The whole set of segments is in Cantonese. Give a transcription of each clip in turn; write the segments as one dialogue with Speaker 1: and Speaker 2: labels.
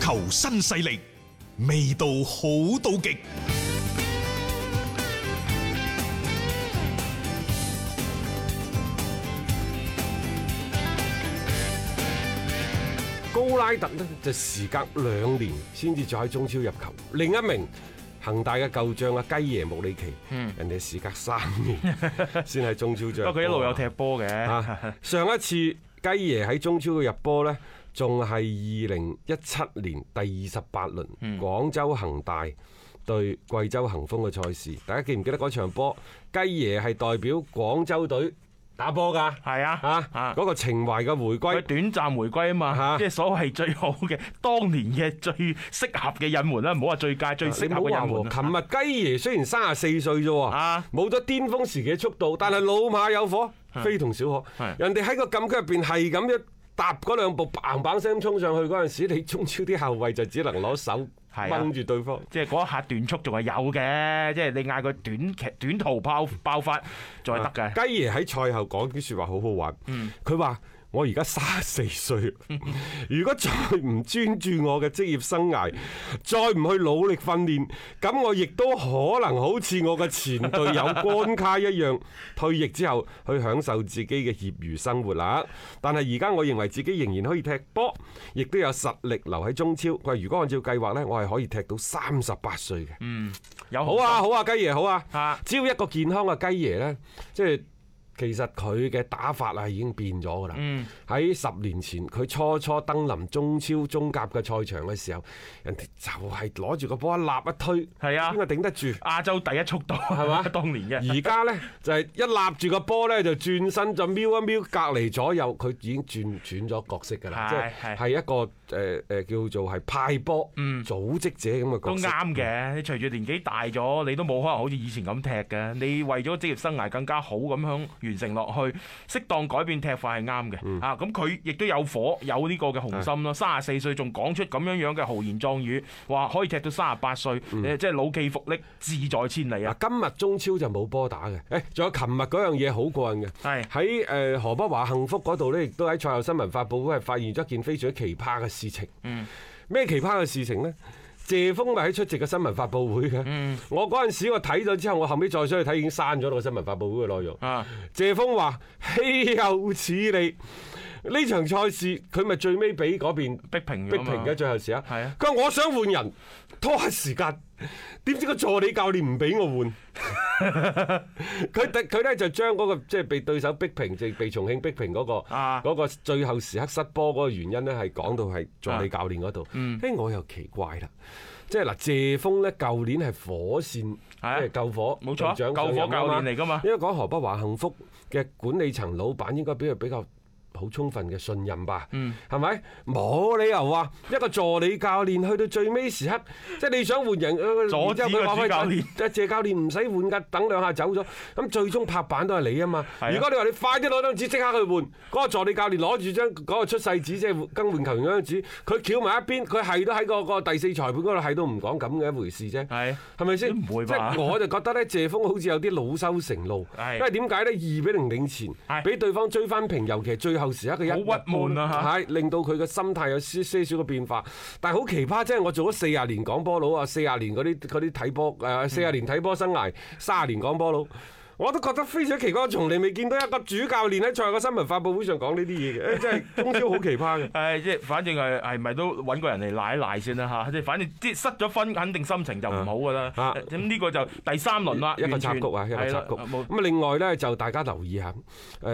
Speaker 1: 球新勢力，味道好到極。
Speaker 2: 高拉特呢，就時隔兩年先至再喺中超入球，另一名恒大嘅舊將啊雞爺穆里奇，人哋時隔三 年先喺中超進入波啊。
Speaker 3: 不過佢一路有踢波嘅，
Speaker 2: 啊！上一次雞爺喺中超嘅入波呢，仲係二零一七年第二十八輪廣州恒大對貴州恒豐嘅賽事，大家記唔記得嗰場波？雞爺係代表廣州隊打 波㗎，
Speaker 3: 係啊
Speaker 2: 啊
Speaker 3: 啊
Speaker 2: 嗰個情懷嘅回
Speaker 3: 佢
Speaker 2: 歸。
Speaker 3: 短暫回歸啊嘛，
Speaker 2: 嚇
Speaker 3: 即係所謂最好嘅當年嘅最適合嘅引援啦，唔好話最佳最
Speaker 2: 啊你
Speaker 3: 適合
Speaker 2: 唔
Speaker 3: 嘅
Speaker 2: 好話
Speaker 3: 引援
Speaker 2: 喎，
Speaker 3: 啊
Speaker 2: 琴日雞爺雖然三十四歲啫喎
Speaker 3: 啊，
Speaker 2: 冇咗巔峰時期嘅速度，但係老馬有火，非同小可
Speaker 3: 係。
Speaker 2: 人哋喺個禁區入邊係咁一踏嗰兩步，砰砰聲衝上去嗰陣時，你中超啲後衞就只能攞手
Speaker 3: 係啊
Speaker 2: 掹住對方。
Speaker 3: 即係嗰一下短速仲係有嘅，即係你嗌佢短劇短途爆爆發仲係得嘅。
Speaker 2: 啊
Speaker 3: 嗯
Speaker 2: 雞爺喺賽後講啲説話好好玩，佢話、我而家三十四歲， 如果再唔專注我嘅職業生涯，再唔去努力訓練，咁我亦都可能好似我嘅前隊友安卡一 樣，退役之後去享受自己嘅業餘生活啦。但係而家我認為自己仍然可以踢波，亦都有實力留喺中超。佢話如果按照計劃呢，我係可以踢到三十八歲嘅。
Speaker 3: 有
Speaker 2: 好啊，好啊，雞爺好啊！
Speaker 3: 啊
Speaker 2: 只要一個健康嘅雞爺呢，即係其實佢嘅打法啊已經變咗㗎啦。
Speaker 3: 嗯
Speaker 2: 喺十年前佢初初登臨中超中甲嘅賽場嘅時候，人哋就係攞住個波一立一推，
Speaker 3: 係啊
Speaker 2: 邊個頂得住？
Speaker 3: 亞洲第一速度係
Speaker 2: 嘛
Speaker 3: 當年嘅
Speaker 2: 而家呢，就係一立住個波呢，就轉身就瞄一瞄隔離左右，佢已經轉轉咗角色㗎啦，即
Speaker 3: 係
Speaker 2: 係
Speaker 3: 嗯
Speaker 2: 係一個誒誒叫做係派波組織者咁嘅
Speaker 3: 都
Speaker 2: 角色。
Speaker 3: 啱嘅。你隨住年紀大咗，你都冇可能好似以前咁踢嘅。你為咗職業生涯更加好咁樣完成落去，適當改變踢法係啱
Speaker 2: 嗯
Speaker 3: 嘅。啊，咁佢亦都有火，有呢個嘅雄心
Speaker 2: 啊
Speaker 3: 咯。三十四歲仲講出咁樣樣嘅豪言壯語，話可以踢到三十八歲，
Speaker 2: 嗯
Speaker 3: 誒即係老驥伏櫪，志在千里啊！
Speaker 2: 嗱，今日中超就冇波打嘅，誒，仲有琴日嗰樣嘢好過癮嘅，
Speaker 3: 係
Speaker 2: 喺誒河北華幸福嗰度呢，亦都喺賽後新聞發佈會係發現咗一件非常之奇葩嘅事情。
Speaker 3: 嗯
Speaker 2: 咩奇葩嘅事情呢？謝峰咪喺出席嘅新聞發佈會嘅。
Speaker 3: 嗯
Speaker 2: 我嗰陣時我睇咗之後，我後尾再想去睇已經刪咗個新聞發佈會嘅內容。
Speaker 3: 啊
Speaker 2: 謝峰話：豈有此理！呢場賽事佢咪最尾俾嗰邊
Speaker 3: 逼平
Speaker 2: 逼
Speaker 3: 咗嘛
Speaker 2: 平嘅最後時刻。
Speaker 3: 係啊
Speaker 2: 佢話我想換人，拖下時間。點知個助理教練唔俾我換， 佢特佢咧就將嗰、個即係被對手逼平，即係被重慶逼平嗰、個嗰、
Speaker 3: 啊
Speaker 2: 個最後時刻失波嗰個原因咧，係講到係助理教練嗰
Speaker 3: 啊
Speaker 2: 度。
Speaker 3: 嗯
Speaker 2: 嘿，我又奇怪啦，即係嗱，謝峰咧舊年係火線，
Speaker 3: 係啊
Speaker 2: 即係救火，
Speaker 3: 冇
Speaker 2: 隊
Speaker 3: 錯
Speaker 2: 長
Speaker 3: 救火
Speaker 2: 上任
Speaker 3: 教練嚟㗎嘛
Speaker 2: 因為講河北華幸福嘅管理層老闆應該俾佢比較好充分嘅信任吧，
Speaker 3: 嗯
Speaker 2: 係咪、冇理由話一個助理教練去到最尾時刻， 即係你想換人，呃
Speaker 3: 阻止
Speaker 2: 然之後佢話
Speaker 3: 個主
Speaker 2: 喂
Speaker 3: 教練
Speaker 2: 即係謝教練唔使換㗎，等兩下走咗，咁最終拍板都係你啊嘛。
Speaker 3: 係啊
Speaker 2: 如果你話你快啲攞張紙即刻去換，嗰、個助理教練攞住張嗰個出世紙，即係更換球員嗰張紙，佢翹埋一邊，佢係都喺個個第四裁判嗰度係都唔講咁嘅一回事啫。
Speaker 3: 係
Speaker 2: 係咪先？
Speaker 3: 唔會
Speaker 2: 即
Speaker 3: 吧
Speaker 2: 係我就覺得咧，謝峰好似有啲老羞成怒，
Speaker 3: 係
Speaker 2: 因為點解咧？二比零領前，
Speaker 3: 係
Speaker 2: 俾對方追翻平，尤其係最後時刻嘅一
Speaker 3: 好鬱悶啊嚇
Speaker 2: 係令到佢嘅心態有些些少嘅變化。但係好奇葩，即係我做咗四廿年講波佬啊，四廿年嗰啲嗰啲睇波誒，四廿年睇波生涯，三廿年講波佬。我都覺得非常奇怪，從嚟未見到一個主教練喺賽後嘅新聞發佈會上講呢啲嘢嘅，誒真係中超好奇葩嘅。
Speaker 3: 誒，即係反正係係咪都揾個人嚟賴一賴先啦嚇，即係反正即係失咗分，肯定心情就唔好噶啦。
Speaker 2: 啊
Speaker 3: 咁呢個就第三輪啦，
Speaker 2: 一個
Speaker 3: 完
Speaker 2: 插
Speaker 3: 全
Speaker 2: 曲啊，一個插曲。
Speaker 3: 係啦冇
Speaker 2: 咁啊，另外呢，就大家留意下，誒、呃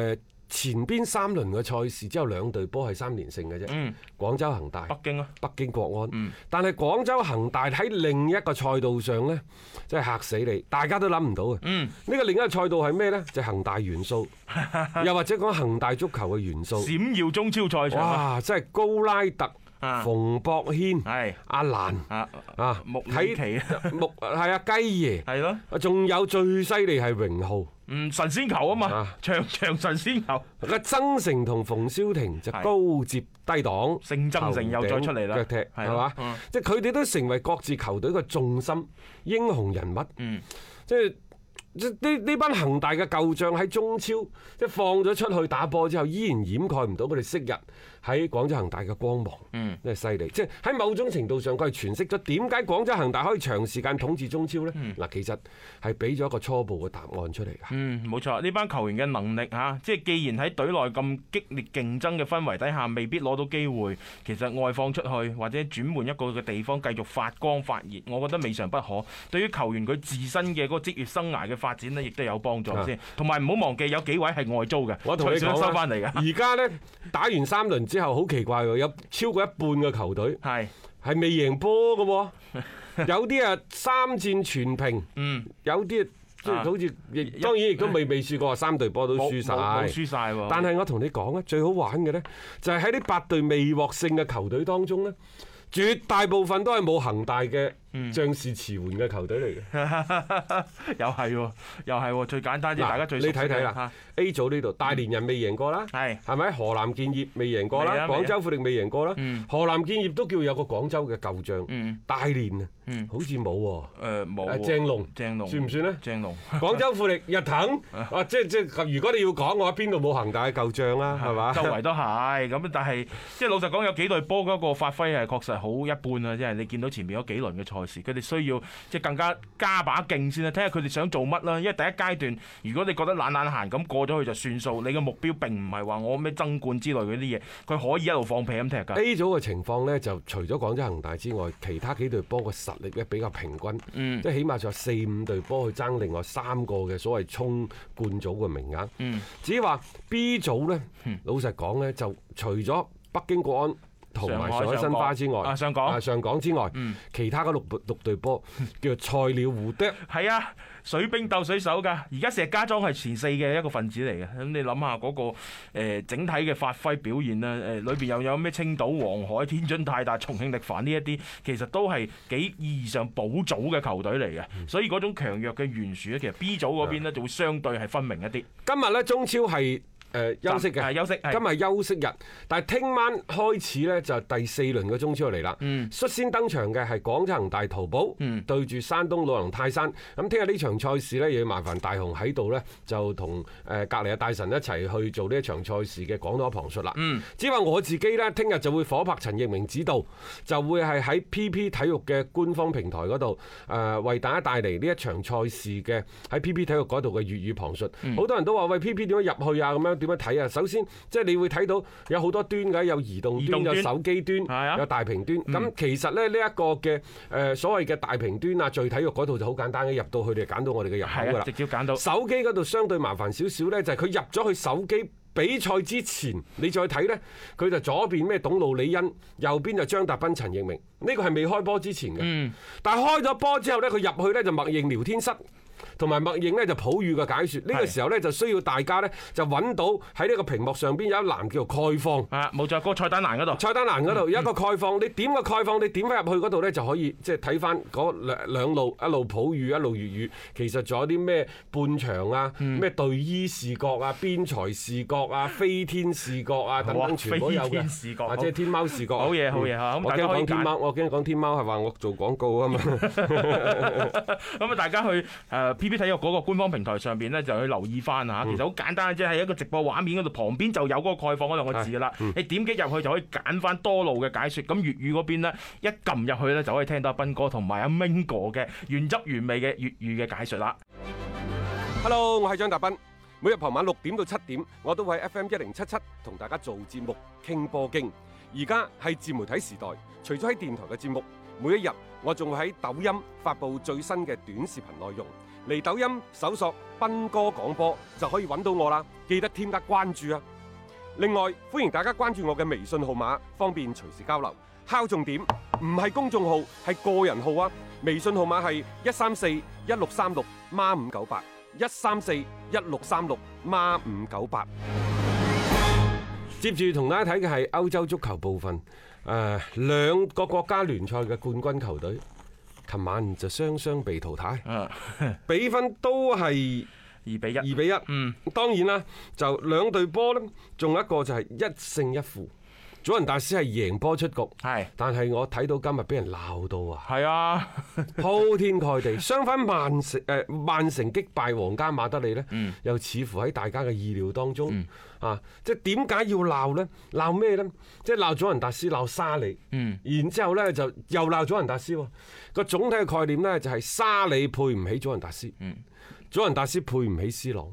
Speaker 2: 前邊三輪嘅賽事只有兩隊波係三連勝嘅啫。
Speaker 3: 嗯
Speaker 2: 廣州恒大、
Speaker 3: 北京啊，
Speaker 2: 北京國安。但係廣州恒大喺另一個賽道上呢，真係嚇死你，大家都諗唔到嘅。
Speaker 3: 嗯，
Speaker 2: 呢個另一個賽道係咩呢？就係恒大元 素，又或者講恒大足球嘅元素。
Speaker 3: 閃耀中超賽場啊，
Speaker 2: 哇！真係高拉特、
Speaker 3: 啊
Speaker 2: 馮博軒、
Speaker 3: 係
Speaker 2: 阿蘭
Speaker 3: 啊，
Speaker 2: 啊，
Speaker 3: 穆里奇啊，
Speaker 2: 睇穆係啊雞爺。
Speaker 3: 係咯，
Speaker 2: 啊，仲有最犀利係榮浩，
Speaker 3: 嗯，神仙球啊嘛
Speaker 2: 啊，
Speaker 3: 場 場神仙球，
Speaker 2: 個曾誠同馮瀟霆就高接低擋，
Speaker 3: 盛爭盛又再出嚟啦
Speaker 2: 頭頂腳踢
Speaker 3: 係
Speaker 2: 係
Speaker 3: 啦
Speaker 2: 嘛
Speaker 3: 嗯？
Speaker 2: 即係佢哋都成為各自球隊嘅重心英雄人物。
Speaker 3: 嗯
Speaker 2: 即係即呢呢班恒大嘅舊將喺中超即係放咗出去打波之後，依然掩蓋唔到佢哋昔日喺廣州恒大嘅光芒，嗯，真係犀利。即係喺某種程度上，佢係詮釋咗點解廣州恒大可以長時間統治中超呢？嗱、其實係俾咗一個初步嘅答案出嚟㗎。
Speaker 3: 嗯，冇錯，呢班球員嘅能力嚇、即係既然喺隊內咁激烈競爭嘅氛圍底下，未必攞到機會，其實外放出去或者轉換一個嘅地方繼續發光發熱，我覺得未嘗不可。對於球員佢自身嘅嗰個職業生涯嘅發展呢，亦都有幫助先。同埋唔好忘記有幾位係外租嘅，
Speaker 2: 啊我同你
Speaker 3: 隨想
Speaker 2: 講啊
Speaker 3: 收翻嚟嘅，
Speaker 2: 而家呢，打完三輪之後，好奇怪喎，有超過一半嘅球隊
Speaker 3: 係
Speaker 2: 係未贏波嘅 喎，有啲啊三戰全平，
Speaker 3: 嗯
Speaker 2: 有啲啊即係
Speaker 3: 啊
Speaker 2: 好似亦當然亦都未未試過話三隊波都
Speaker 3: 冇
Speaker 2: 輸
Speaker 3: 冇
Speaker 2: 晒。
Speaker 3: 冇輸晒喎。
Speaker 2: 但係我同你講咧，最好玩嘅呢，就係喺呢八隊未獲勝嘅球隊當中呢，絕大部分都係冇恒大嘅
Speaker 3: 嗯
Speaker 2: 將士遲緩嘅球隊嚟嘅。
Speaker 3: 又係喎，又係喎，最簡單啫，
Speaker 2: 嗱
Speaker 3: 大家最
Speaker 2: 你睇睇
Speaker 3: 嚇嗯
Speaker 2: 啦，A 組呢度大連人未贏過啦，
Speaker 3: 係
Speaker 2: 係咪？河南建業未贏過
Speaker 3: 未啊
Speaker 2: 啦，
Speaker 3: 未啊
Speaker 2: 廣州富力未贏過啦
Speaker 3: 嗯，
Speaker 2: 河南建業都叫有個廣州嘅舊將
Speaker 3: 嗯，
Speaker 2: 大連啊
Speaker 3: 嗯，
Speaker 2: 好似冇
Speaker 3: 誒冇
Speaker 2: 喎，
Speaker 3: 喎
Speaker 2: 誒鄭龍
Speaker 3: 鄭龍
Speaker 2: 算唔算呢？
Speaker 3: 鄭龍。
Speaker 2: 廣州富力、日 騰啊，即即如果你要講嘅話，邊度冇恒大嘅舊將啦，係嘛？
Speaker 3: 啊 周圍都係咁，但係即係老實講，有幾隊波嗰個發揮係確實好一般啊啦，即係你見到前面有幾輪嘅賽事，佢哋需要即係更加加把勁先啦，睇下佢哋想做乜啦。因為第一階段，如果你覺得懶懶閒咁過咗去就算數，你嘅目標並唔係話我咩爭冠之類嗰啲嘢，佢可以一路放屁咁踢㗎。
Speaker 2: A 組嘅情況呢，就除咗廣州恒大之外，其他幾隊波嘅實力咧比較平均，
Speaker 3: 嗯
Speaker 2: 即係起碼仲有四五隊波去爭另外三個嘅所謂衝冠組嘅名額。
Speaker 3: 嗯
Speaker 2: 至於話 B 組呢，老實講呢，就除咗北京國安同埋上海申花之外，
Speaker 3: 啊上港嗯
Speaker 2: 啊上港之外，其他嗰六六隊波叫做菜鳥互啄。
Speaker 3: 係啊，水兵鬥水手㗎。而家石家莊係前四嘅一個分子嚟嘅。咁你諗下嗰個、呃、整體嘅發揮表現啦，誒、呃、裏邊又有咩青島、黃海、天津泰達、重慶力帆呢一啲，其實都係幾意義上保組嘅球隊嚟
Speaker 2: 嗯
Speaker 3: 嘅。所以嗰種強弱嘅懸殊咧，其實 B 組嗰邊咧就會相對係分明一啲。
Speaker 2: 今日呢，中超係誒休息嘅
Speaker 3: 係。休息係
Speaker 2: 今日休息日，但係聽晚開始呢，就第四輪嘅中超嚟啦。
Speaker 3: 嗯
Speaker 2: 率先登場嘅係廣州恒大淘寶、
Speaker 3: 嗯
Speaker 2: 對住山東魯能泰山。咁聽日呢場賽事呢，又要麻煩大雄喺度呢，就同誒隔離嘅大神一齊去做呢一場賽事嘅廣東旁述啦。
Speaker 3: 嗯
Speaker 2: 只話我自己呢，聽日就會火拍陳奕明指導，就會係喺 PP 體育嘅官方平台嗰度誒為大家帶嚟呢一場賽事嘅喺 PP 體育嗰度嘅粵語旁述。好、
Speaker 3: 嗯
Speaker 2: 多人都話喂 PP 點樣入去啊？咁樣點樣睇啊？首先即係你會睇到有好多端嘅，有移動
Speaker 3: 移
Speaker 2: 端，
Speaker 3: 動端
Speaker 2: 有手機
Speaker 3: 係
Speaker 2: 端
Speaker 3: 啊，
Speaker 2: 有大屏端。咁、其實咧呢一個嘅誒、呃所謂嘅大屏端啊，聚體育嗰度就好簡單嘅，入到去你就揀到我哋嘅入口
Speaker 3: 係
Speaker 2: 㗎
Speaker 3: 啊，
Speaker 2: 啦
Speaker 3: 直。接揀到
Speaker 2: 手機嗰度相對麻煩少少呢，就係佢入咗去手機比賽之前，你再睇呢，佢就左邊咩董路李欣，右邊就張達斌、陳奕明，呢個係未開波之前嘅。
Speaker 3: 嗯
Speaker 2: 但係開咗波之後呢，佢入去呢就默認聊天室。同埋默認呢就普語嘅解説，呢、個
Speaker 3: 係
Speaker 2: 時候呢，就需要大家呢就揾到喺呢個屏幕上邊有一欄叫做概況，
Speaker 3: 啊，冇錯，嗰個菜單欄嗰度。嗯
Speaker 2: 菜單欄嗰度有一個概況，你點個概況，你點翻入去嗰度呢，就可以即係睇翻嗰兩兩路一路普語一路粵語，其實仲有啲咩半場啊、
Speaker 3: 嗯
Speaker 2: 咩隊醫視覺啊、邊裁視覺啊、飛天視覺啊等
Speaker 3: 哇
Speaker 2: 等，全部有
Speaker 3: 飛
Speaker 2: 嘅。
Speaker 3: 天視覺
Speaker 2: 啊，即係天貓視覺啊。
Speaker 3: 好嘢好嘢嚇咁
Speaker 2: 我
Speaker 3: 大家
Speaker 2: 驚
Speaker 3: 可以
Speaker 2: 講天
Speaker 3: 揀
Speaker 2: 貓，我驚講天貓係話我做廣告啊嘛。
Speaker 3: 咁啊，大家去誒 PP 體育嗰個官方平台上邊咧，就去留意
Speaker 2: 嗯
Speaker 3: 翻嚇。其實好簡單啫，喺一個直播畫面嗰度，旁邊就有嗰個概況嗰兩個字噶啦。
Speaker 2: 嗯
Speaker 3: 你點擊入去就可以揀翻多路嘅解説。咁粵語嗰邊咧，一撳入去咧就可以聽到阿斌哥同埋阿 Ming 哥嘅原汁原味嘅粵語嘅解説啦。
Speaker 2: Hello，我係張達斌。每日傍晚六點到七點，我都會喺 FM 一零七七同大家做節目傾波經。而家係自媒體時代，除咗喺電台嘅節目，每一日我仲會喺抖音發布最新嘅短視頻內容。嚟抖音搜索斌哥廣播就可以揾到我啦，記得添加關注啊！另外，歡迎大家關注我嘅微信號碼，方便隨時交流。敲重點，唔係公眾號，係個人號啊！微信號碼係一三四一六三六孖五九八，一三四一六三六孖五九八。接住同大家睇嘅係歐洲足球部分，誒、兩個國家聯賽嘅冠軍球隊，琴晚就雙雙被淘汰，
Speaker 3: 嗯， 二
Speaker 2: 比分都係
Speaker 3: 比
Speaker 2: 二
Speaker 3: 一。
Speaker 2: 比一。
Speaker 3: 嗯，
Speaker 2: 當然啦，就兩隊波呢，仲有一個就係一勝一負。祖雲大師係贏波出局，
Speaker 3: 係
Speaker 2: 但係我睇到今日俾人鬧到啊，
Speaker 3: 係啊，
Speaker 2: 鋪天蓋地。相反，曼城誒曼城擊敗皇家馬德里呢，
Speaker 3: 嗯
Speaker 2: 又似乎喺大家嘅意料當中啊！即係點解要鬧呢？鬧咩呢？即係鬧祖雲達斯，鬧沙利。
Speaker 3: 嗯
Speaker 2: 然之後呢，就又鬧祖雲達斯喎。個總體嘅概念呢，就係沙利配唔起祖雲達斯，
Speaker 3: 嗯
Speaker 2: 祖雲達斯配唔起斯朗，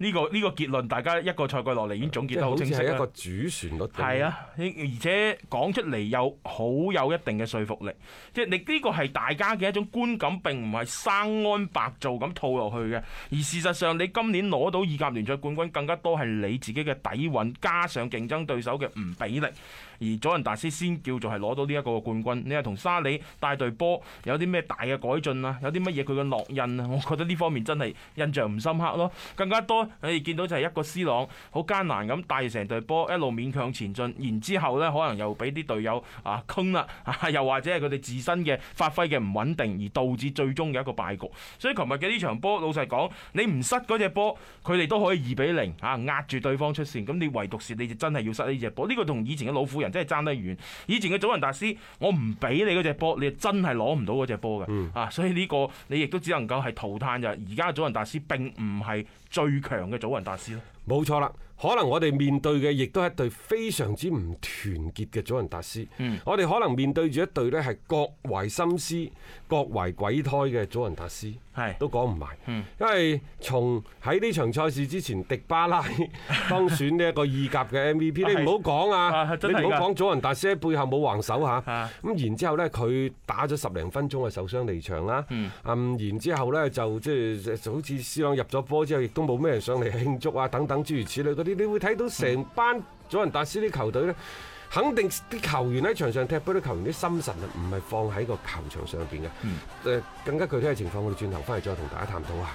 Speaker 3: 呢個呢個結論大家一個賽季落嚟已經總
Speaker 2: 即
Speaker 3: 結
Speaker 2: 係
Speaker 3: 得好
Speaker 2: 好似
Speaker 3: 清晰
Speaker 2: 係一個
Speaker 3: 啦。
Speaker 2: 主旋律。
Speaker 3: 係，啊，而而且講出嚟又好有一定嘅說服力，即係你呢個係大家嘅一種觀感，並唔係生安白做咁套落去嘅。而事實上，你今年攞到意甲聯賽冠軍，更加多係你自己嘅底蘊，加上競爭對手嘅唔俾力，而佐仁達斯先叫做係攞到呢一個冠軍。你係同沙里帶隊波有啲咩大嘅改進啊？有啲乜嘢佢嘅烙印啊？我覺得呢方面真係印象唔深刻咯。更加多你哋見到就係一個 C 朗好艱難咁帶住成隊波一路勉強前進，然之後呢，可能又俾啲隊友啊坑啦，又或者係佢哋自身嘅發揮嘅唔穩定，而導致最終嘅一個敗局。所以琴日嘅呢場波，老實講，你唔失嗰隻波，佢哋都可以二比零啊壓住對方出線。咁你唯獨是你就真係要失呢隻波，呢個同以前嘅老虎人真係爭得遠。以前嘅祖雲達斯，我唔俾你嗰隻波，你就真係攞唔到嗰隻波嘅。啊，所以呢個你亦都只能夠係淘汰就係而家嘅祖雲達斯並唔係最強嘅祖雲達斯咯。
Speaker 2: 冇錯啦。可能我哋面對嘅亦都係一隊非常之唔團結嘅祖雲達斯。
Speaker 3: 嗯
Speaker 2: 我哋可能面對住一隊呢係各懷心思、各懷鬼胎嘅祖雲達斯。
Speaker 3: 係嗯
Speaker 2: 都講唔埋，因為從喺呢場賽事之前，迪巴拉 當選呢一個意甲嘅 MVP，
Speaker 3: 啊係
Speaker 2: 你唔好講
Speaker 3: 啊
Speaker 2: 啊
Speaker 3: 係，真
Speaker 2: 你
Speaker 3: 係㗎
Speaker 2: 唔好講祖雲達斯喺背後冇橫手嚇
Speaker 3: 啊，
Speaker 2: 咁然之後呢，佢打咗十零分鐘啊，受傷離場啦，嗯，然之後呢，就即係好似斯朗入咗波之後，亦都冇咩人上嚟慶祝啊，等等諸如此類嗰啲，你會睇到成班祖雲達斯啲球隊呢。肯定啲球員喺場上踢波，啲球員啲心神啊，嗯唔係放喺個球場上邊嘅。誒、更加具體嘅情況，我哋轉頭翻嚟再同大家探討啊。